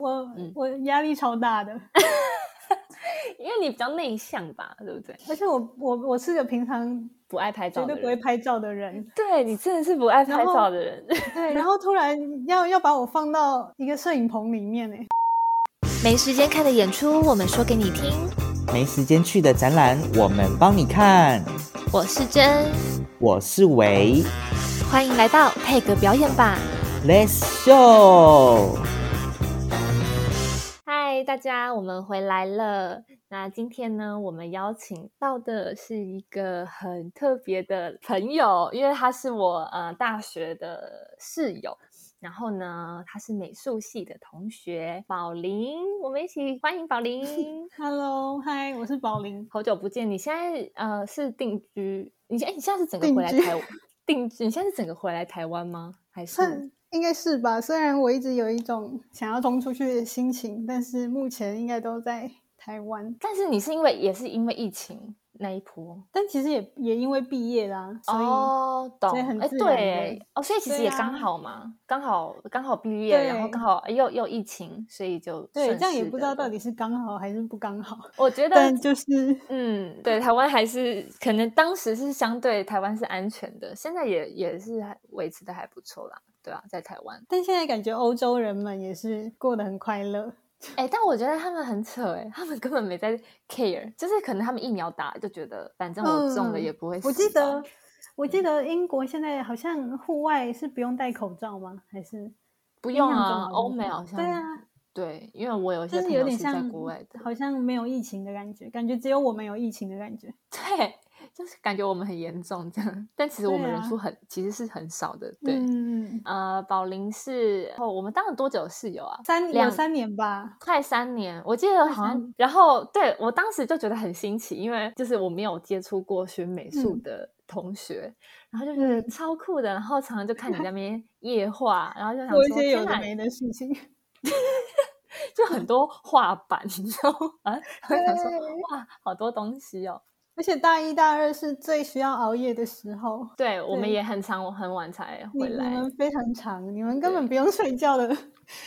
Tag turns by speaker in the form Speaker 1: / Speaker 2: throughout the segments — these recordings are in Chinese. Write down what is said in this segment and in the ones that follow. Speaker 1: 嗯，
Speaker 2: 我压力超大 的。
Speaker 1: 因为你比较内向吧，对不对？
Speaker 2: 而且我我我是个平常
Speaker 1: 不爱拍
Speaker 2: 绝
Speaker 1: 照
Speaker 2: 对
Speaker 1: 的
Speaker 2: 不会
Speaker 1: 人，
Speaker 2: 拍照的 人，
Speaker 1: 对你真的是不爱
Speaker 2: 然
Speaker 1: 拍
Speaker 2: 后
Speaker 1: 照的人。
Speaker 2: 对，然后突然要要把我放到一个摄影棚里面呢、。
Speaker 3: 没时间看的演出，我们说给你听。
Speaker 4: 没时间去的展览，我们帮你看。
Speaker 3: 我是真，
Speaker 4: 我是维
Speaker 3: 欢迎来到配格表演吧。
Speaker 4: ，Let's show。
Speaker 1: 嗨，大家，我们回来了。那今天呢，我们邀请到的是一个很特别的朋友，因为他是我呃大学的室友，然后呢，他是美术系的同学宝林，我们一起欢迎宝 林
Speaker 2: Hello，嗨，我是宝林。
Speaker 1: 好久不见，你现在呃是定居？你现哎，你现在是整个
Speaker 2: 定
Speaker 1: 回来
Speaker 2: 居
Speaker 1: 台湾定居？你现在是整个回来台湾吗？还是
Speaker 2: 算应该是吧，虽然我一直有一种想要冲出去的心情，但是目前应该都在台湾。
Speaker 1: 但是你是因为也是因为疫情那一波
Speaker 2: 但其实也也因为毕业啦，所以、
Speaker 1: 哦，懂
Speaker 2: 所以很
Speaker 1: 哎，
Speaker 2: 自
Speaker 1: 对
Speaker 2: 然的
Speaker 1: 哎哦，所以其
Speaker 2: 对
Speaker 1: 实也
Speaker 2: 啊
Speaker 1: 刚好嘛，刚好刚好毕业，然后
Speaker 2: 对
Speaker 1: 刚好哎又又疫情，所以就
Speaker 2: 对，
Speaker 1: 顺
Speaker 2: 这样也
Speaker 1: 势
Speaker 2: 不知
Speaker 1: 地
Speaker 2: 道到底是刚好还是不刚好，
Speaker 1: 我觉得
Speaker 2: 但就是
Speaker 1: 嗯，对，台湾还是可能当时是相对台湾是安全的，现在也也是还维持的还不错啦，对啊，在台 湾。
Speaker 2: 但现在感觉欧洲人们也是过得很快乐。
Speaker 1: 哎、但我觉得他们很扯哎、他们根本没在 care，就是可能他们疫苗打了就觉得，反正我中了
Speaker 2: 嗯
Speaker 1: 也不会死吧、嗯
Speaker 2: 我记得，我记得英国现在好像户外是不用戴口罩吗？还是
Speaker 1: 不
Speaker 2: 印
Speaker 1: 用
Speaker 2: 象中
Speaker 1: 啊，
Speaker 2: 好
Speaker 1: 欧
Speaker 2: 像
Speaker 1: 美
Speaker 2: 是
Speaker 1: 好像
Speaker 2: 对啊，
Speaker 1: 对，因为我有一
Speaker 2: 就
Speaker 1: 些
Speaker 2: 是
Speaker 1: 朋
Speaker 2: 有
Speaker 1: 友
Speaker 2: 点
Speaker 1: 是在
Speaker 2: 像
Speaker 1: 国外的，
Speaker 2: 好像没有疫情的感觉，感觉只有我们有疫情的感觉。
Speaker 1: 对，就是感觉我们很严重这样，但其实我
Speaker 2: 对
Speaker 1: 们人
Speaker 2: 啊
Speaker 1: 数很、其实是很少的，对。
Speaker 2: 嗯，
Speaker 1: 呃，宝林是哦，我们当了多久室友啊？
Speaker 2: 三有
Speaker 1: 两
Speaker 2: 三年吧，
Speaker 1: 快三年，我记得
Speaker 2: 快
Speaker 1: 好
Speaker 2: 三
Speaker 1: 像
Speaker 2: 年，
Speaker 1: 然后对我当时就觉得很新奇，因为就是我没有接触过学美术
Speaker 2: 嗯
Speaker 1: 的同学，然后就觉得
Speaker 2: 嗯
Speaker 1: 超酷的，然后常常就看你在那 边夜画，然后就想
Speaker 2: 做一
Speaker 1: 说
Speaker 2: 些有
Speaker 1: 天
Speaker 2: 的
Speaker 1: 哪，
Speaker 2: 没的事情。
Speaker 1: 就很多画板， 你知道吗？然后想说
Speaker 2: 对
Speaker 1: 哇，好多东西哦。
Speaker 2: 而且大一、大二是最需要熬夜的时候，
Speaker 1: 对我们
Speaker 2: 对
Speaker 1: 也很常很晚才
Speaker 2: 你
Speaker 1: 回
Speaker 2: 你
Speaker 1: 来，
Speaker 2: 们非常长，你们根
Speaker 1: 对
Speaker 2: 本不用睡觉的的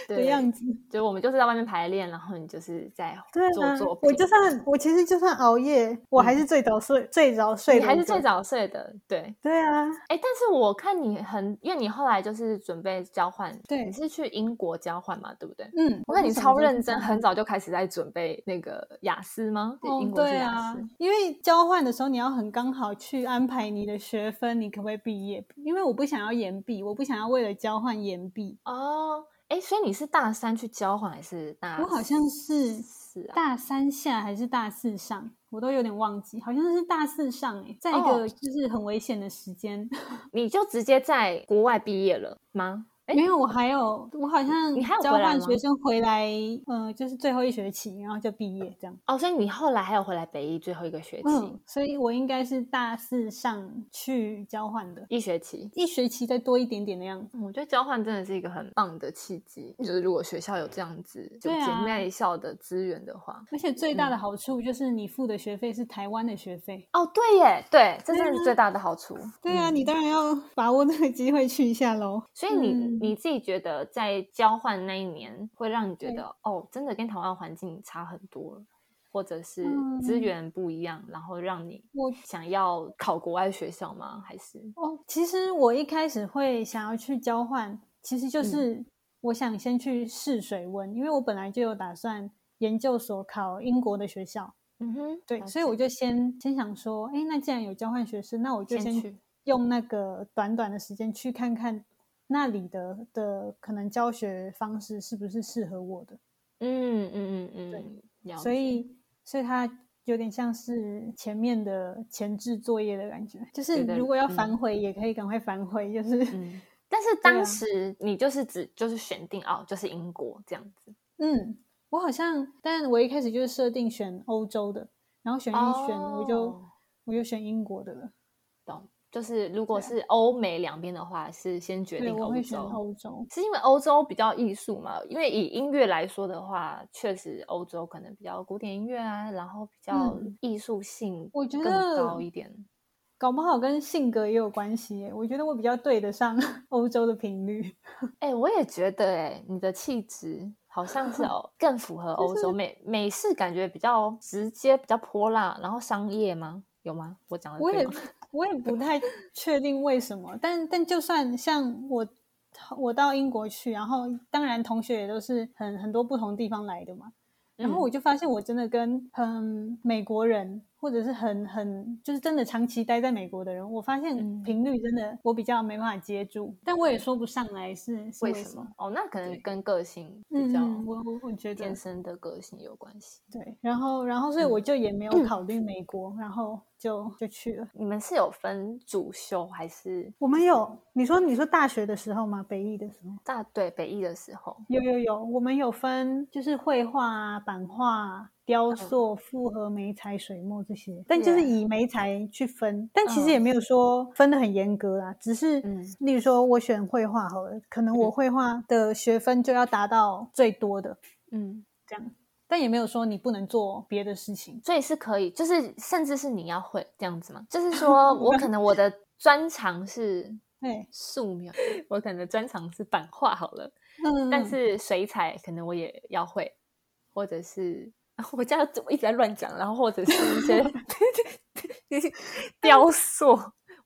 Speaker 1: 对，
Speaker 2: 样子。
Speaker 1: 就我们就是在外面排练，然后你就是在
Speaker 2: 对
Speaker 1: 做
Speaker 2: 啊
Speaker 1: 作，品，
Speaker 2: 我就算我其实就算熬夜，我还
Speaker 1: 嗯
Speaker 2: 是最早睡，最早睡
Speaker 1: 你
Speaker 2: 的
Speaker 1: 还
Speaker 2: 一
Speaker 1: 是最
Speaker 2: 个。
Speaker 1: 早睡的，对。
Speaker 2: 对啊，
Speaker 1: 哎，但是我看你很，因为你后来就是准备交换，
Speaker 2: 对
Speaker 1: 你是去英国交换嘛，对不对？
Speaker 2: 嗯，
Speaker 1: 我看你
Speaker 2: 是想
Speaker 1: 超
Speaker 2: 说
Speaker 1: 认
Speaker 2: 是
Speaker 1: 真，啊
Speaker 2: 这样
Speaker 1: 很早就开始在准备那个雅思吗？对
Speaker 2: 哦
Speaker 1: 英，国是
Speaker 2: 对
Speaker 1: 雅
Speaker 2: 啊
Speaker 1: 思，，
Speaker 2: 因为交换的时候你要很刚好去安排你的学分，你可不可以毕业？因为我不想要延毕，我不想要为了交换延毕。
Speaker 1: 哦，哎，所以你是大三去交换还是大？
Speaker 2: 我好像是
Speaker 1: 是啊，
Speaker 2: 大三下还是大四上，我都有点忘记，好像是大四上诶、欸在一
Speaker 1: 哦
Speaker 2: 个就是很危险的时间。
Speaker 1: 你就直接在国外毕业了吗？哎
Speaker 2: 没有，我还有，我好像
Speaker 1: 你还有
Speaker 2: 交
Speaker 1: 回来
Speaker 2: 换
Speaker 1: 吗
Speaker 2: 学生回来，嗯、就是最后一学期，然后就毕业这样。
Speaker 1: 哦，所以你后来还有回来北医最后一个学期，
Speaker 2: 嗯，所以我应该是大四上去交换的，
Speaker 1: 一学期。
Speaker 2: 一学期再多一点点的样子。
Speaker 1: 嗯我觉得交换真的是一个很棒的契机，就是如果学校有这样子就
Speaker 2: 对
Speaker 1: 姐
Speaker 2: 啊
Speaker 1: 妹校的资源的话，
Speaker 2: 而且最大的
Speaker 1: 嗯
Speaker 2: 好处就是你付的学费是台湾的学费。
Speaker 1: 哦，对耶，对，这
Speaker 2: 对
Speaker 1: 真的是
Speaker 2: 啊
Speaker 1: 最大的好处。
Speaker 2: 对啊，
Speaker 1: 嗯
Speaker 2: 你当然要把握这个机会去一下喽。
Speaker 1: 所以你、
Speaker 2: 嗯
Speaker 1: 你自己觉得在交换那一年，会让你觉
Speaker 2: 对
Speaker 1: 得哦，真的跟台湾环境差很多了，或者是资
Speaker 2: 嗯
Speaker 1: 源不一样，然后让你
Speaker 2: 我
Speaker 1: 想要考国外学校吗？还是
Speaker 2: 哦，其实我一开始会想要去交换，其实就是我想先去试水温，因为我本来就有打算研究所考英国的学校，
Speaker 1: 嗯哼，
Speaker 2: 对，
Speaker 1: 了
Speaker 2: 所以我就
Speaker 1: 解
Speaker 2: 先先想说，哎，那既然有交换学生，那我就
Speaker 1: 先
Speaker 2: 先
Speaker 1: 去
Speaker 2: 用那个短短的时间去看看那里的的可能教学方式是不是适合我的。
Speaker 1: 嗯嗯嗯
Speaker 2: 对
Speaker 1: 嗯，了
Speaker 2: 所
Speaker 1: 解
Speaker 2: 以，所以它有点像是前面的前置作业的感觉，就
Speaker 1: 对
Speaker 2: 是
Speaker 1: 的
Speaker 2: 如果要
Speaker 1: 嗯
Speaker 2: 反悔，也可以赶快反悔，就是嗯
Speaker 1: 嗯。但是
Speaker 2: 啊
Speaker 1: 当时你就是只就是选定哦，就是英国这样子
Speaker 2: 嗯我好像，但我一开始就是设定选欧洲的，然后选一选，我就
Speaker 1: 哦
Speaker 2: 我就选英国的了。
Speaker 1: 懂，就是如果
Speaker 2: 对啊
Speaker 1: 是欧美两边的话，是先决
Speaker 2: 对，
Speaker 1: 定
Speaker 2: 我
Speaker 1: 欧
Speaker 2: 会选
Speaker 1: 洲。
Speaker 2: 欧洲。
Speaker 1: 是因为欧洲比较艺术嘛？因为以音乐来说的话，确实欧洲可能比较古典音乐啊，然后比较
Speaker 2: 嗯
Speaker 1: 艺术性
Speaker 2: 我觉
Speaker 1: 更
Speaker 2: 得
Speaker 1: 高一点。
Speaker 2: 搞不好跟性格也有关系耶，我觉得我 比较对得上欧洲的频率。
Speaker 1: 哎、我也觉得、哎，你的气质好像 是哦，更符合欧洲美美式，感觉比较直接，比较泼辣，然后商业吗？有吗？我讲的
Speaker 2: 我
Speaker 1: 啊对
Speaker 2: 也
Speaker 1: 吗？
Speaker 2: 我也不太确定为什么，但但就算像我我到英国去，然后当然同学也都是很很多不同地方来的嘛，然
Speaker 1: 嗯
Speaker 2: 后我就发现我真的跟嗯美国人或者是很很就是真的长期待在美国的人，我发
Speaker 1: 嗯
Speaker 2: 现频率真的我比较没办法接住，但我也说不上来是是
Speaker 1: 为
Speaker 2: 什
Speaker 1: 什么？哦，那可能跟个性比
Speaker 2: 嗯，
Speaker 1: 较
Speaker 2: 嗯我我我觉得
Speaker 1: 天生的个性有关系。
Speaker 2: 对，然后然后所以
Speaker 1: 嗯
Speaker 2: 我就也没有考虑美国，然后就就去了。
Speaker 1: 你们是有分主修还是
Speaker 2: 我们有，你说你说大学的时候吗？北艺的时候
Speaker 1: 大对北艺的时候？
Speaker 2: 有有有，我们有分就是绘画啊、版画啊、雕塑、复合媒材、水墨这些，但就是
Speaker 1: Yeah
Speaker 2: 以媒材去分，但其实
Speaker 1: 嗯
Speaker 2: 也没有说分的很严格啦，只是
Speaker 1: 嗯
Speaker 2: 例如说我选绘画好了，可能我绘画的学分就要达到最多的
Speaker 1: 嗯，
Speaker 2: 这样，但也没有说你不能做别的事情。
Speaker 1: 所以是可以，就是甚至是你要会这样子吗？ 就是说我可能我的专长是
Speaker 2: 对，
Speaker 1: 素描， 我可能专长是版画好了，
Speaker 2: 嗯，
Speaker 1: 但是水彩可能我也要会，或者是 我这样子我一直在乱讲，然后或者是一些 雕塑，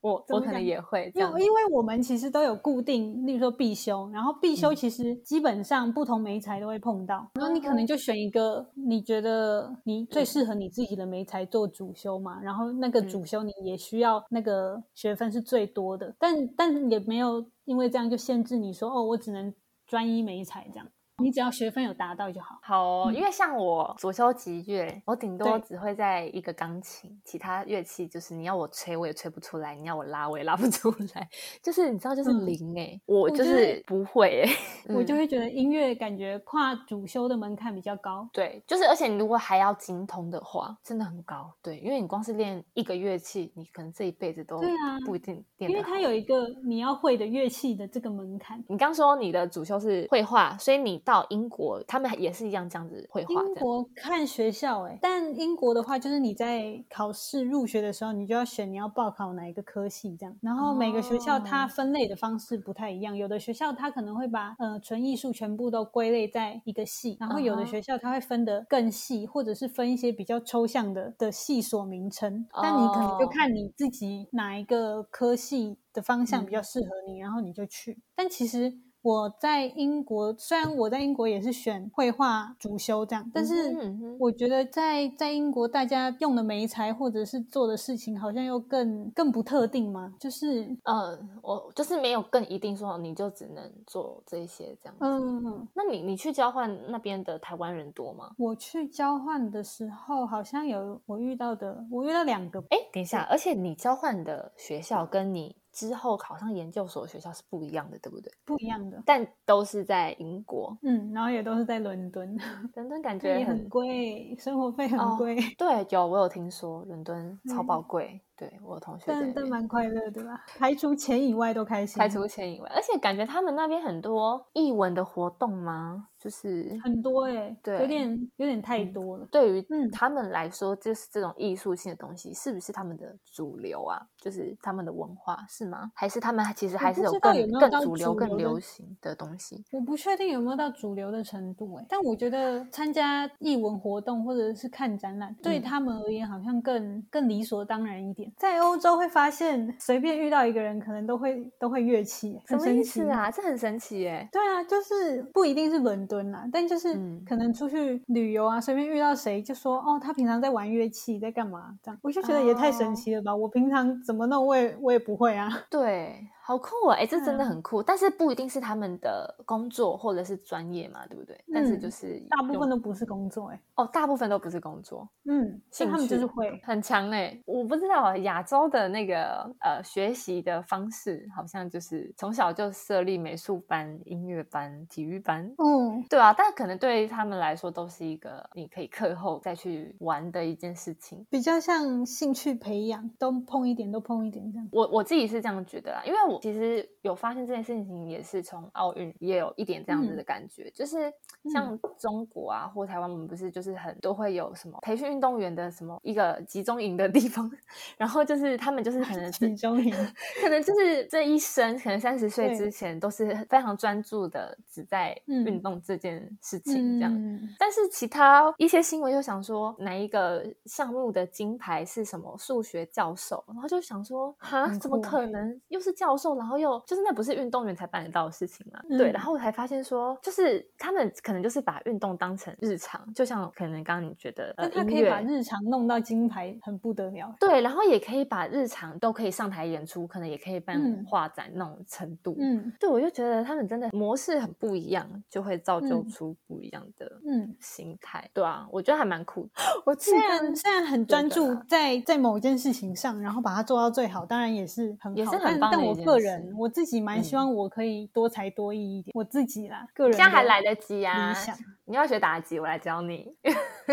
Speaker 1: 我
Speaker 2: 怎么
Speaker 1: 我可能
Speaker 2: 讲
Speaker 1: 也会这
Speaker 2: 因
Speaker 1: 样
Speaker 2: 为因为我们其实都有固定，例如说必修，然后必修
Speaker 1: 嗯
Speaker 2: 其实基本上不同媒材都会碰到，然后你可
Speaker 1: 嗯
Speaker 2: 能就选一个你觉得你最适合你自己的媒材做主修嘛，然后那个
Speaker 1: 嗯
Speaker 2: 主修你也需要那个学分是最多的，但但也没有因为这样就限制你说哦，我只能专一媒材这样，你只要学分有达到就好。
Speaker 1: 好哦、
Speaker 2: 嗯
Speaker 1: 因为像我主修吉乐，我顶多
Speaker 2: 对
Speaker 1: 只会在一个钢琴，其他乐器就是你要我吹我也吹不出来，你要我拉我也拉不 出来，就是你知道就是
Speaker 2: 嗯
Speaker 1: 零哎、我
Speaker 2: 我
Speaker 1: 就
Speaker 2: 觉得
Speaker 1: 是不会哎、
Speaker 2: 我就
Speaker 1: 嗯
Speaker 2: 会觉得音乐感觉跨主修的门槛比较高，
Speaker 1: 对，就是而且你如果还要精通的话，真的很高，对，因为你光是练一个乐器，你可能这一辈子都
Speaker 2: 对啊
Speaker 1: 不一定练
Speaker 2: 因为
Speaker 1: 得好。
Speaker 2: 它有一个你要会的乐器的这个门槛。
Speaker 1: 你刚说你的主修是绘画，所以你到英国，他们也是一样这样子绘画
Speaker 2: 英
Speaker 1: 这样。
Speaker 2: 国看学校哎、但英国的话，就是你在考试入学的时候，你就要选你要报考哪一个科系这样。然后每个学校它
Speaker 1: 哦
Speaker 2: 分类的方式不太一样，有的学校它可能会把呃纯艺术全部都归类在一个系，然后有
Speaker 1: 嗯
Speaker 2: 的
Speaker 1: 哼
Speaker 2: 学校它会分得更细，或者是分一些比较抽象的的系所名称。但你可能就
Speaker 1: 哦
Speaker 2: 看你自己哪一个科系的方向比
Speaker 1: 嗯
Speaker 2: 较适合你，然后你就去。但其实我在英国，虽然我在英国也是选绘画主修这样，但是
Speaker 1: 嗯哼
Speaker 2: 我觉得在在英国大家用的媒材或者是做的事情，好像又更更不特定嘛，就是。
Speaker 1: 嗯，我就是没有更一定说你就只能做这一些这样子。
Speaker 2: 嗯，
Speaker 1: 那你你去交换那边的台湾人多吗？
Speaker 2: 我去交换的时候，好像有我遇到的，我遇到两个，
Speaker 1: 哎，等一下，而且你交换的学校跟你之后考上研究所的学校是不一样的，对不对？
Speaker 2: 不一样的，
Speaker 1: 但都是在英国，
Speaker 2: 嗯，然后也都是在伦敦，
Speaker 1: 伦敦感觉
Speaker 2: 也
Speaker 1: 很
Speaker 2: 很贵，生活费很
Speaker 1: 哦
Speaker 2: 贵，
Speaker 1: 对，有我有听说伦敦超
Speaker 2: 嗯
Speaker 1: 宝贵，对我有同学在
Speaker 2: 但
Speaker 1: 那
Speaker 2: 但
Speaker 1: 边
Speaker 2: 蛮快乐的啦，排除钱以外都开心，
Speaker 1: 排除钱以外，而且感觉他们那边很多译文的活动吗？就是
Speaker 2: 很多哎、
Speaker 1: 对
Speaker 2: 有点有点太
Speaker 1: 嗯
Speaker 2: 多了。
Speaker 1: 对于
Speaker 2: 嗯
Speaker 1: 他们来说，就是这种艺术性的东西，是不是他们的主流啊？就是他们的文化是吗？还是他们其实还是
Speaker 2: 不知道
Speaker 1: 更
Speaker 2: 有没有
Speaker 1: 更
Speaker 2: 到
Speaker 1: 主流、
Speaker 2: 主
Speaker 1: 更
Speaker 2: 流的
Speaker 1: 流行的东西？
Speaker 2: 我不确定有没有到主流的程度哎、但我觉得参加艺文活动或者是看展览，对
Speaker 1: 嗯
Speaker 2: 他们而言好像更更理所当然一点。在欧洲会发现，随便遇到一个人，可能都会都会乐器、
Speaker 1: 什
Speaker 2: 很
Speaker 1: 么意
Speaker 2: 神
Speaker 1: 思
Speaker 2: 奇！
Speaker 1: 啊？这很神奇耶！
Speaker 2: 对啊，就是不一定是伦敦啦，但就是
Speaker 1: 嗯
Speaker 2: 可能出去旅游啊，随便遇到谁就说哦，他平常在玩乐器，在干嘛？这样我就觉得也太神
Speaker 1: 哦
Speaker 2: 奇了吧！我平常怎么弄，我也我也不会 啊。
Speaker 1: 对，好酷啊！哎，这真的
Speaker 2: 嗯
Speaker 1: 很酷，但是不一定是他们的工作或者是专业嘛，对不对？但是就
Speaker 2: 嗯
Speaker 1: 是
Speaker 2: 大部
Speaker 1: 用
Speaker 2: 分都不是工作哎、
Speaker 1: 哦，大部分都不是工作，
Speaker 2: 嗯，
Speaker 1: 兴
Speaker 2: 但他们就
Speaker 1: 趣
Speaker 2: 是会，
Speaker 1: 很强哎、我不知道啊亚洲的那个呃学习的方式，好像就是从小就设立美术班、音乐班、体育班。
Speaker 2: 嗯，
Speaker 1: 对啊，但可能对于他们来说，都是一个你可以课后再去玩的一件事情。
Speaker 2: 比较像兴趣培养，都碰一点，都碰一点这样。
Speaker 1: 我我自己是这样觉得啦，因为我其实有发现这件事情，也是从奥运也有一点这样子的感觉，就是像中国啊或台湾，我们不是就是很都会有什么培训运动员的什么一个集中营的地方， 然后就是他们就是可能嗯是
Speaker 2: 集中 营，
Speaker 1: 可能就是这一生，可能三十岁之前都是非常专注的，只在
Speaker 2: 嗯
Speaker 1: 运动这件事情这样。
Speaker 2: 嗯
Speaker 1: 但是其他一些新闻又想说哪一个项目的金牌是什么数学教授，然后就想说哈
Speaker 2: 很，
Speaker 1: 怎么
Speaker 2: 酷
Speaker 1: 可
Speaker 2: 欸
Speaker 1: 能又是教授，然后又就是那不是运动员才办得到的事情嘛？对，
Speaker 2: 嗯
Speaker 1: 然后我才发现说，就是他们可能就是把运动当成日常，就像可能刚刚你觉得呃
Speaker 2: 但他
Speaker 1: 音
Speaker 2: 可以把
Speaker 1: 乐。
Speaker 2: 日常弄到金牌，很不得了。欸
Speaker 1: 对，然后也可以把日常都可以上台演出，可能也可以办
Speaker 2: 嗯
Speaker 1: 画展那种程度。
Speaker 2: 嗯
Speaker 1: 对，我就觉得他们真的模式很不一样，就会造就
Speaker 2: 嗯
Speaker 1: 出不一样的
Speaker 2: 嗯，
Speaker 1: 心态，对啊，我觉得还蛮酷的。我自
Speaker 2: 虽
Speaker 1: 己
Speaker 2: 然虽然很
Speaker 1: 觉
Speaker 2: 专
Speaker 1: 得
Speaker 2: 注
Speaker 1: 啦
Speaker 2: 在在某一件事情上，然后把它做到最好，当然也是很好。
Speaker 1: 也是很
Speaker 2: 但
Speaker 1: 棒的
Speaker 2: 但
Speaker 1: 一
Speaker 2: 我
Speaker 1: 件
Speaker 2: 个
Speaker 1: 事
Speaker 2: 人我自己蛮希
Speaker 1: 嗯
Speaker 2: 望我可以多才多艺一点，我自己啦，个人
Speaker 1: 现在还
Speaker 2: 的
Speaker 1: 来得及啊
Speaker 2: 理！想，
Speaker 1: 你要学打击，我来教你。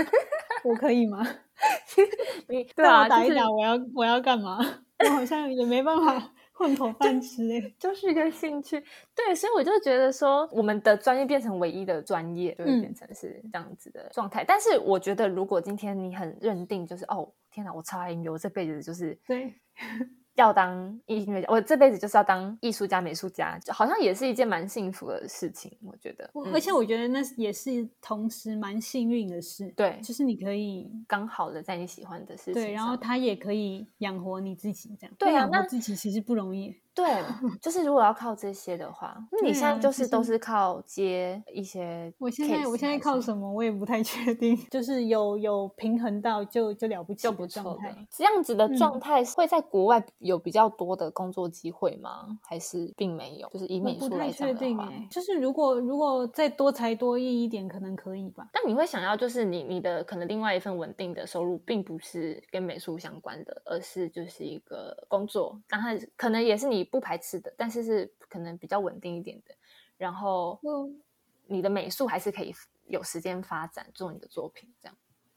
Speaker 2: 我可以吗？
Speaker 1: 你 对
Speaker 2: 但我
Speaker 1: 啊，
Speaker 2: 打
Speaker 1: 就
Speaker 2: 一
Speaker 1: 是
Speaker 2: 打，我要我要干嘛？ 我好像也没办 法混口饭吃哎、
Speaker 1: 就是一个兴趣。对，所以我就觉得说，我们的专业变成唯一的专业，就会变
Speaker 2: 嗯
Speaker 1: 成是这样子的状态。但是我觉得，如果今天你很认定，就是哦，天哪，我超爱音乐，我这辈子就是
Speaker 2: 对，
Speaker 1: 要当音乐家，我这辈子就是要当艺术家、美术家，就好像也是一件蛮幸福的事情，我觉得。
Speaker 2: 我
Speaker 1: 嗯
Speaker 2: 而且我觉得那是也是同时蛮幸运的事，
Speaker 1: 对
Speaker 2: 就是你可以
Speaker 1: 刚好的在你喜欢的事情上，
Speaker 2: 对，然后他也可以养活你自己，这样
Speaker 1: 对啊
Speaker 2: 因为养活
Speaker 1: 那
Speaker 2: 自己其实不容易。欸
Speaker 1: 对，就是如果要靠这些的话，那你
Speaker 2: 对
Speaker 1: 现在
Speaker 2: 啊
Speaker 1: 就
Speaker 2: 就是是
Speaker 1: 都是靠接一些 case 还是什么。
Speaker 2: 我现在我现在靠什么，我也不太确定， 就是有有平衡到就就了不起
Speaker 1: 就
Speaker 2: 的
Speaker 1: 不错
Speaker 2: 状态
Speaker 1: 的。这样子的
Speaker 2: 嗯
Speaker 1: 状态，会在国外有比较多的工作机会吗？还是并没有？就是以
Speaker 2: 我
Speaker 1: 美
Speaker 2: 不
Speaker 1: 术来
Speaker 2: 太
Speaker 1: 讲
Speaker 2: 确
Speaker 1: 的
Speaker 2: 定
Speaker 1: 话
Speaker 2: 哎、，就是如果如果再多才多艺一点，可能可以吧。
Speaker 1: 那你会想要就是你你的可能另外一份稳定的收入，并不是跟美术相关的，而是就是一个工作，然后可能也是你不排斥的，但是是可能比较稳定一点的，然后
Speaker 2: 嗯
Speaker 1: 你的美术还是可以有时间发展做你的作品，这样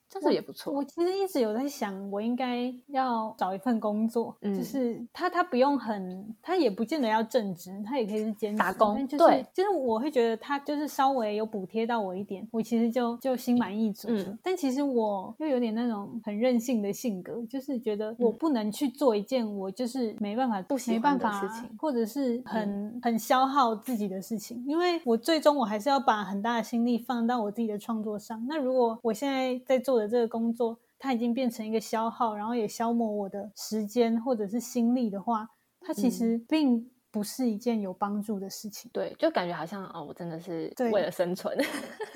Speaker 1: 这样子也不错。
Speaker 2: 我其实一直有在想，我应该要找一份工作，
Speaker 1: 嗯
Speaker 2: 就是他他不用很，他也不见得要正职，他也可以是兼职
Speaker 1: 打工
Speaker 2: 但就是
Speaker 1: 对，
Speaker 2: 就是我会觉得他就是稍微有补贴到我一点，我其实就就心满意足。
Speaker 1: 嗯
Speaker 2: 但其实我又有点那种很任性的性格，就是觉
Speaker 1: 嗯
Speaker 2: 得我不能去做一件我就是没办法
Speaker 1: 不喜
Speaker 2: 没
Speaker 1: 欢
Speaker 2: 办
Speaker 1: 的
Speaker 2: 法
Speaker 1: 事情嗯
Speaker 2: 或者是很、很消耗自己的事情，因为我最终我还是要把很大的心力放到我自己的创作上。那如果我现在在做的这个工作，它已经变成一个消耗，然后也消磨我的时间或者是心力的话，它其实
Speaker 1: 嗯
Speaker 2: 并不是一件有帮助的事情。
Speaker 1: 对，就感觉好像哦，我真的是
Speaker 2: 对
Speaker 1: 为了生存。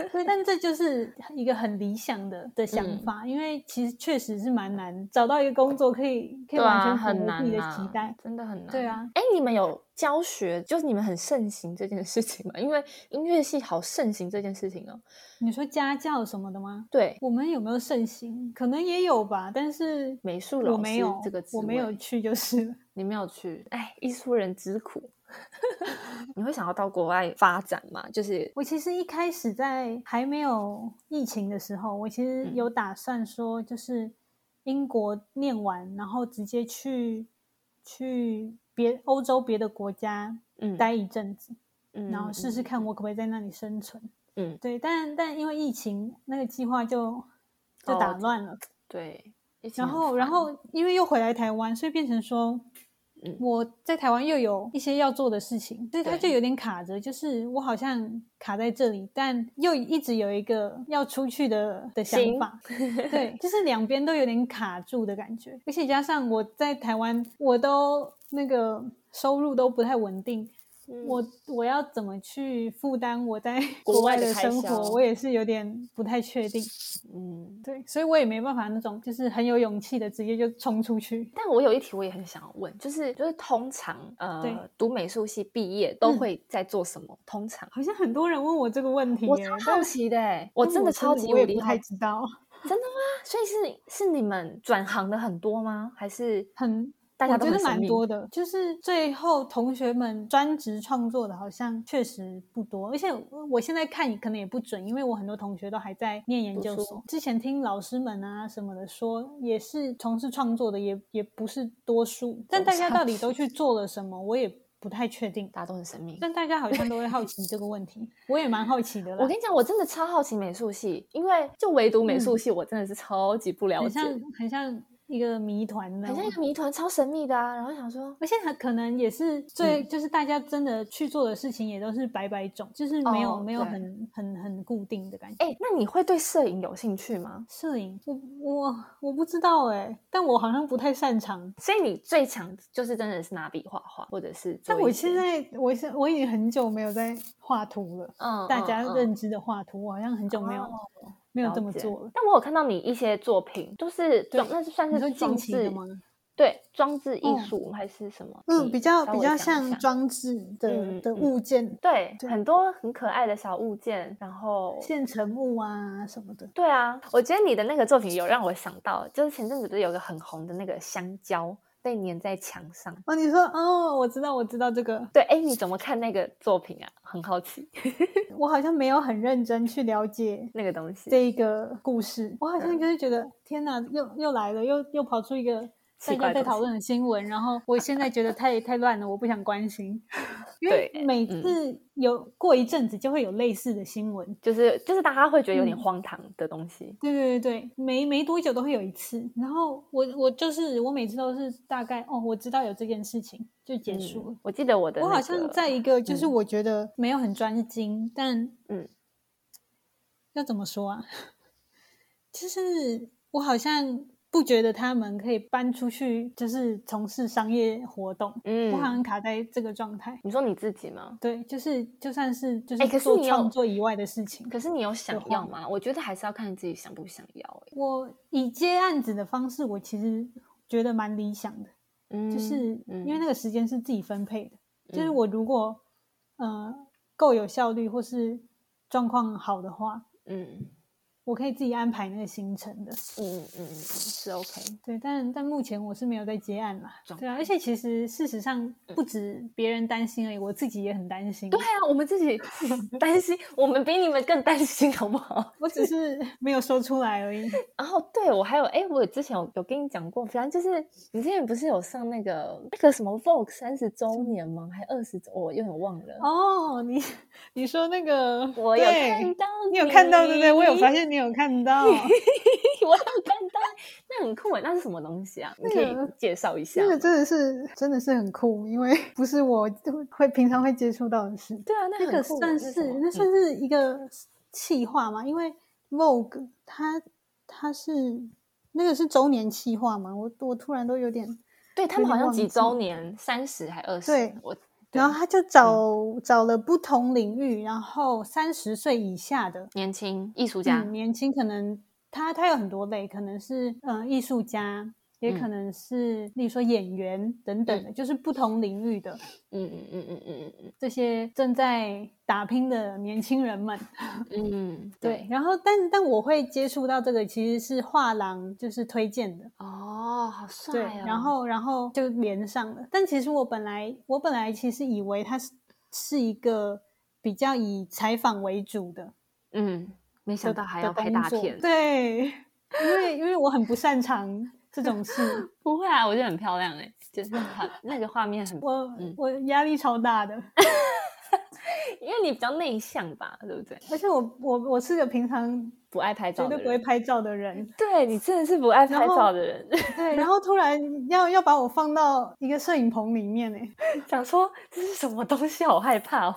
Speaker 2: 对，但这就是一个很理想的的想
Speaker 1: 嗯
Speaker 2: 法，因为其实确实是蛮难找到一个工作可以可以
Speaker 1: 对啊，
Speaker 2: 完全
Speaker 1: 很
Speaker 2: 符合
Speaker 1: 难
Speaker 2: 自己的
Speaker 1: 啊
Speaker 2: 期待。
Speaker 1: 真的很难。
Speaker 2: 对啊，
Speaker 1: 哎，你们有教学，就是你们很盛行这件事情吗？因为音乐系好盛行这件事情哦。
Speaker 2: 你说家教什么的吗？
Speaker 1: 对，
Speaker 2: 我们有没有盛行？可能也有吧，但是
Speaker 1: 美术老
Speaker 2: 我
Speaker 1: 师
Speaker 2: 没有
Speaker 1: 这个职
Speaker 2: 我没有
Speaker 1: 位
Speaker 2: 去就是了。
Speaker 1: 你没有去，哎，艺术人之苦。 你会想要到国外发展吗？就是
Speaker 2: 我其实一开始在还没有疫情的时候，我其实
Speaker 1: 嗯
Speaker 2: 有打算说，就是英国念完，然后直接去去别欧洲别的国家
Speaker 1: 嗯，
Speaker 2: 待一阵子，
Speaker 1: 嗯
Speaker 2: 然后试试
Speaker 1: 嗯
Speaker 2: 看我可不可以在那里生存。
Speaker 1: 嗯
Speaker 2: 对，但但因为疫情，那个计划就就
Speaker 1: 哦
Speaker 2: 打
Speaker 1: 这
Speaker 2: 乱了。
Speaker 1: 对，疫情
Speaker 2: 然
Speaker 1: 很
Speaker 2: 后，然
Speaker 1: 烦
Speaker 2: 后因为又回来台湾，所以变成说
Speaker 1: 嗯，
Speaker 2: 我在台湾又有一些要做的事情，所以他就
Speaker 1: 对
Speaker 2: 有点卡着，就是我好像卡在这里，但又一直有一个要出去的的想
Speaker 1: 心
Speaker 2: 法， 对，就是两边都有点卡住的感觉，而且加上我在台湾，我都那个收入都不太稳定，
Speaker 1: 嗯
Speaker 2: 我我要怎么去负担我在
Speaker 1: 国
Speaker 2: 国
Speaker 1: 外
Speaker 2: 外
Speaker 1: 的
Speaker 2: 的
Speaker 1: 开
Speaker 2: 生
Speaker 1: 销
Speaker 2: 活，我也是有点不太确定。
Speaker 1: 嗯，
Speaker 2: 对，所以我也没办法那种就是很有勇气的直接就冲出去。
Speaker 1: 但我有一题我也很想要问，就是就是通常
Speaker 2: 对
Speaker 1: 呃读美术系毕业都
Speaker 2: 嗯
Speaker 1: 会在做什么？通常
Speaker 2: 好像很多人问我这个问题耶，
Speaker 1: 我超好
Speaker 2: 但
Speaker 1: 奇的欸、我
Speaker 2: 但
Speaker 1: 真的超级
Speaker 2: 我
Speaker 1: 无
Speaker 2: 也
Speaker 1: 敌
Speaker 2: 不
Speaker 1: 好
Speaker 2: 太
Speaker 1: 奇，
Speaker 2: 知道。
Speaker 1: 真的吗？所以是是你们转行的很多吗？还是
Speaker 2: 很，
Speaker 1: 大家
Speaker 2: 我
Speaker 1: 都
Speaker 2: 觉
Speaker 1: 很
Speaker 2: 得
Speaker 1: 神
Speaker 2: 蛮
Speaker 1: 秘
Speaker 2: 多的，就是最后同学们专职创作的，好像确实不多。而且我我现在看可能也不准，因为我很多同学都还在念研
Speaker 1: 读
Speaker 2: 究
Speaker 1: 书
Speaker 2: 所。之前听老师们啊什么的说，也是从事创作的也也不是多数，但
Speaker 1: 总
Speaker 2: 大家
Speaker 1: 算
Speaker 2: 到底都去做了什么，我也不太确定，
Speaker 1: 大家都很神秘。
Speaker 2: 但大家好像都会好奇这个问题，我也蛮好奇的啦。
Speaker 1: 我跟你讲，我真的超好奇美术系，因为就唯独美术系，我真的是超级不了
Speaker 2: 嗯很
Speaker 1: 解，
Speaker 2: 像啊很像一个谜团呢
Speaker 1: 很。像一个谜团，超神秘的啊。然后想说，
Speaker 2: 而且它可能也
Speaker 1: 嗯
Speaker 2: 是最，就是大家真的去做的事情也都是百百种，就是没有、
Speaker 1: 哦
Speaker 2: 没有
Speaker 1: 对
Speaker 2: 很很很固定的感觉。
Speaker 1: 哎，那你会对摄影有兴趣吗？
Speaker 2: 摄影，我我我不知道哎、但我好像不太擅长。
Speaker 1: 所以你最强就是真的是拿笔画画，或者是做
Speaker 2: 但我
Speaker 1: 一些
Speaker 2: 现在，我现我已经很久没有在画图了，
Speaker 1: 嗯
Speaker 2: 大家
Speaker 1: 嗯嗯哦
Speaker 2: 认知的画图，我好像很久没有、没有
Speaker 1: 了
Speaker 2: 这么
Speaker 1: 解
Speaker 2: 做了。
Speaker 1: 但我有看到你一些作品，就是装，那是算
Speaker 2: 你说
Speaker 1: 是装
Speaker 2: 近期
Speaker 1: 置
Speaker 2: 的吗？？
Speaker 1: 对，装置艺
Speaker 2: 嗯
Speaker 1: 术还是什么？
Speaker 2: 嗯，
Speaker 1: 你
Speaker 2: 比较
Speaker 1: 稍
Speaker 2: 比
Speaker 1: 微
Speaker 2: 较
Speaker 1: 讲一
Speaker 2: 像
Speaker 1: 下。
Speaker 2: 装置的
Speaker 1: 嗯
Speaker 2: 的
Speaker 1: 嗯
Speaker 2: 物件，
Speaker 1: 对，
Speaker 2: 对
Speaker 1: 很多很可爱的小物件，然后
Speaker 2: 现成物啊什么的。
Speaker 1: 对啊，我觉得你的那个作品有让我想到，就是前阵子不是有个很红的那个香蕉被粘在墙上。
Speaker 2: 哦，你说哦，我知道，我知道这个，
Speaker 1: 对，哎，你怎么看那个作品啊？很好奇
Speaker 2: 我好像没有很认真去了解
Speaker 1: 那个东西。
Speaker 2: 这一个故事，我好像
Speaker 1: 嗯
Speaker 2: 就是觉得天哪，又又来了，又又跑出一个大
Speaker 1: 奇
Speaker 2: 家
Speaker 1: 怪
Speaker 2: 在
Speaker 1: 的东西
Speaker 2: 讨论的新闻，然后我现在觉得太太乱了，我不想关心，因为
Speaker 1: 对
Speaker 2: 每
Speaker 1: 嗯
Speaker 2: 次有过一阵子就会有类似的新闻，
Speaker 1: 就是就是大家会觉得有点
Speaker 2: 嗯
Speaker 1: 荒唐的东西，
Speaker 2: 对对对对，没没多久都会有一次。然后我我就是我每次都是大概哦，我知道有这件事情就结束了。
Speaker 1: 嗯我记得我的、那
Speaker 2: 我好像
Speaker 1: 个
Speaker 2: 在一个就是
Speaker 1: 嗯
Speaker 2: 我觉得没有很专精，但
Speaker 1: 嗯，
Speaker 2: 要怎么说啊？就是我好像不觉得他们可以搬出去，就是从事商业活动。
Speaker 1: 嗯，
Speaker 2: 我好像卡在这个状态。
Speaker 1: 你说你自己吗？
Speaker 2: 对，就是就算是就
Speaker 1: 哎可
Speaker 2: 是
Speaker 1: 是
Speaker 2: 做
Speaker 1: 你有
Speaker 2: 创作以外的事情，
Speaker 1: 可是你有哦想
Speaker 2: 话
Speaker 1: 要吗？我觉得还是要看你自己想不想要、欸。
Speaker 2: 我以接案子的方式，我其实觉得蛮理想的。
Speaker 1: 嗯
Speaker 2: 就是因为那个时间是自己分配的，就是
Speaker 1: 嗯
Speaker 2: 我如果呃够有效率或是状况好的话，
Speaker 1: 嗯
Speaker 2: 我可以自己安排那个行程的。
Speaker 1: 嗯嗯嗯嗯是 OK，
Speaker 2: 对，但但目前我是没有在接案啦。
Speaker 1: 状
Speaker 2: 对啊，而且其实事实上不止别人担心而已，我自己也很担心。
Speaker 1: 嗯对啊，我们自己 担心，我们比你们更担心，好不好？
Speaker 2: 我只 是没有说出来而已。
Speaker 1: 然后对我还有哎、我之前有有跟你讲过，反正就是你之前不是有上那个那个什么 Vogue 三十周年吗？还二十周，我有点忘了。
Speaker 2: 嗯哦，你你说那个，
Speaker 1: 我有
Speaker 2: 对
Speaker 1: 看到
Speaker 2: 你有看到对不对？我有发
Speaker 1: 你，
Speaker 2: 现你有看到。
Speaker 1: 我有看到，那很酷哎，那是什么东西啊？你可
Speaker 2: 那
Speaker 1: 以介绍一下
Speaker 2: 这
Speaker 1: 吗。
Speaker 2: 个真的是真的是很酷，因为 不是我就会平常会接触到的事。
Speaker 1: 对啊，那
Speaker 2: 那个
Speaker 1: 很酷欸
Speaker 2: 算
Speaker 1: 那
Speaker 2: 是
Speaker 1: 什么
Speaker 2: 那
Speaker 1: 嗯
Speaker 2: 算是一个企划嘛，因为 Vogue 它它是那个是周年企划嘛，我我突然都有点，
Speaker 1: 对他们
Speaker 2: 有
Speaker 1: 好
Speaker 2: 点
Speaker 1: 像
Speaker 2: 忘
Speaker 1: 几
Speaker 2: 记
Speaker 1: 周年，三十还二十。
Speaker 2: 对
Speaker 1: 我对嗯
Speaker 2: 然后他就找、找了不同领域，然后三十岁以下的
Speaker 1: 年轻艺术家，
Speaker 2: 嗯、年轻可能他他有很多类，可能是嗯、呃艺术家，也可
Speaker 1: 嗯
Speaker 2: 能是、例如说演员等等的，就是不同领域的。
Speaker 1: 嗯嗯嗯嗯嗯嗯
Speaker 2: 这些正在打拼的年轻人们。
Speaker 1: 嗯嗯，
Speaker 2: 对，，然后但但我会接触到这个其实是画廊就是推荐的，
Speaker 1: 哦，好帅
Speaker 2: 对，
Speaker 1: 哦
Speaker 2: 然后然后就连上了。但其实我本来我本来其实以为它是是一个比较以采访为主的，
Speaker 1: 嗯，没想到还要拍大片，
Speaker 2: 对， 因为因为我很不擅长这种 事，
Speaker 1: 不会啊，我觉得很漂亮哎，就是很那个画面很，
Speaker 2: 我、
Speaker 1: 嗯
Speaker 2: 我压力超大的。
Speaker 1: 因为你比较内向吧，对不对？
Speaker 2: 而且我我我是个平常
Speaker 1: 不爱拍
Speaker 2: 绝
Speaker 1: 照
Speaker 2: 对
Speaker 1: 的
Speaker 2: 不会
Speaker 1: 人，
Speaker 2: 拍照的人，
Speaker 1: 对你真的是不爱拍
Speaker 2: 然后
Speaker 1: 照的人，
Speaker 2: 对，然后突然要要把我放到一个摄影棚里面哎、
Speaker 1: 想说这是什么东西，好害怕 哦，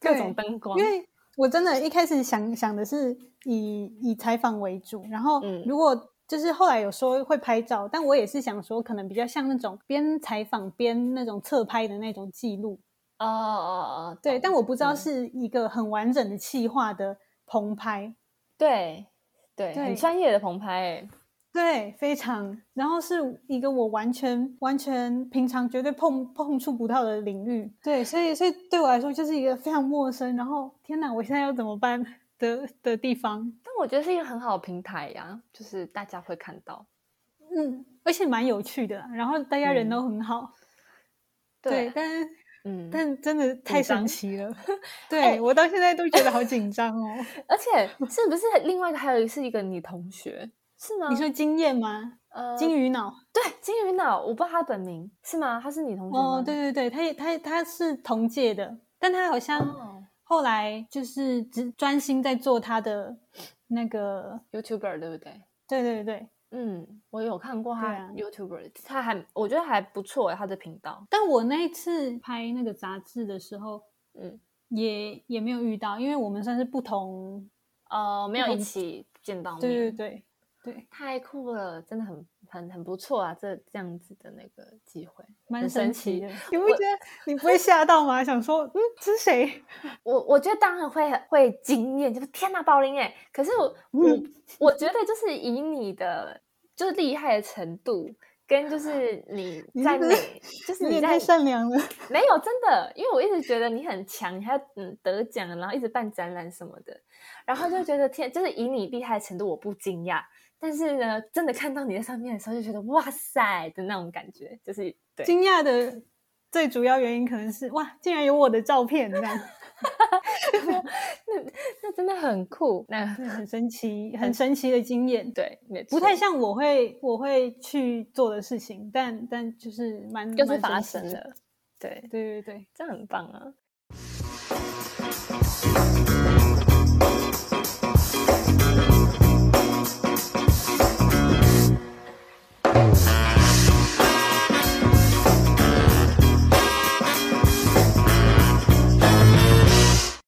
Speaker 1: 各
Speaker 2: 对
Speaker 1: 种灯光
Speaker 2: 因，为我真的一开始想想的是以以采访为主，然后
Speaker 1: 嗯
Speaker 2: 如果就是后来有说会拍照，但我也是想说可能比较像那种边采访边那种侧拍的那种记录，
Speaker 1: 哦哦哦，
Speaker 2: 对，
Speaker 1: 懂
Speaker 2: 但我不知道
Speaker 1: 嗯
Speaker 2: 是一个很完整的企划的棚拍，
Speaker 1: 对对，
Speaker 2: 对
Speaker 1: 很专业的棚拍哎，
Speaker 2: 对，非常，然后是一个我完全完全平常绝对碰碰触不到的领域，对，所以所以对我来说就是一个非常陌生，然后天哪，我现在要怎么办的的地方，
Speaker 1: 但我觉得是一个很好的平台呀、就是大家会看到。
Speaker 2: 嗯，而且蛮有趣的，然后大家人都很好，对，但
Speaker 1: 嗯，
Speaker 2: 但真的太神
Speaker 1: 张
Speaker 2: 奇了， 对我到现在都觉得好紧张哦，
Speaker 1: 而且是不是另外一个还有是一个你同学？是吗？
Speaker 2: 你说经验吗？
Speaker 1: 呃，
Speaker 2: 金鱼脑
Speaker 1: 对金鱼脑，我不知道他本名是吗？他是你同学吗
Speaker 2: 哦，对对对，他也他他是同届的，但他好像
Speaker 1: 哦
Speaker 2: 后来就是只专心在做他的那个，
Speaker 1: ，YouTuber 对不对？
Speaker 2: 对对对。
Speaker 1: 嗯，我有看过
Speaker 2: 对
Speaker 1: 他
Speaker 2: 啊
Speaker 1: YouTuber，、他还我觉得还不错欸他的频道。
Speaker 2: 但我那一次拍那个杂志的时候，
Speaker 1: 嗯，
Speaker 2: 也也没有遇到，因为我们算是不同，
Speaker 1: 呃，没有一
Speaker 2: 同
Speaker 1: 起见到面，
Speaker 2: 对对对对，
Speaker 1: 太酷了，真的很很很不错啊，这这样子的那个机会，
Speaker 2: 蛮
Speaker 1: 很神
Speaker 2: 奇
Speaker 1: 奇
Speaker 2: 的。你不觉得你不会吓到吗？想说，嗯，这是谁？
Speaker 1: 我我觉得当然会会惊艳，就是天呐，宝林哎！可是我、
Speaker 2: 嗯
Speaker 1: 我我觉得就是以你的就是厉害的程度，跟就是你
Speaker 2: 你
Speaker 1: 在
Speaker 2: 是不
Speaker 1: 你
Speaker 2: 是
Speaker 1: 就是
Speaker 2: 有
Speaker 1: 你
Speaker 2: 点
Speaker 1: 在
Speaker 2: 太善良了。
Speaker 1: 没有真的，因为我一直觉得你很强，你还嗯得奖，然后一直办展览什么的，然后就觉得天，就是以你厉害的程度，我不惊讶。但是呢，真的看到你在上面的时候，就觉得哇塞的那种感觉，就是对，
Speaker 2: 惊讶的最主要原因可能是，哇，竟然有我的照片，这 样
Speaker 1: 那真的很酷。那
Speaker 2: 对很神奇，很神奇的经验。
Speaker 1: 对，没
Speaker 2: 不
Speaker 1: 错
Speaker 2: 太像我会我会去做的事情，但但就是蛮
Speaker 1: 就是
Speaker 2: 蛮
Speaker 1: 发
Speaker 2: 神
Speaker 1: 生
Speaker 2: 奇的
Speaker 1: 了，对，
Speaker 2: 对对对，
Speaker 1: 这样很棒啊！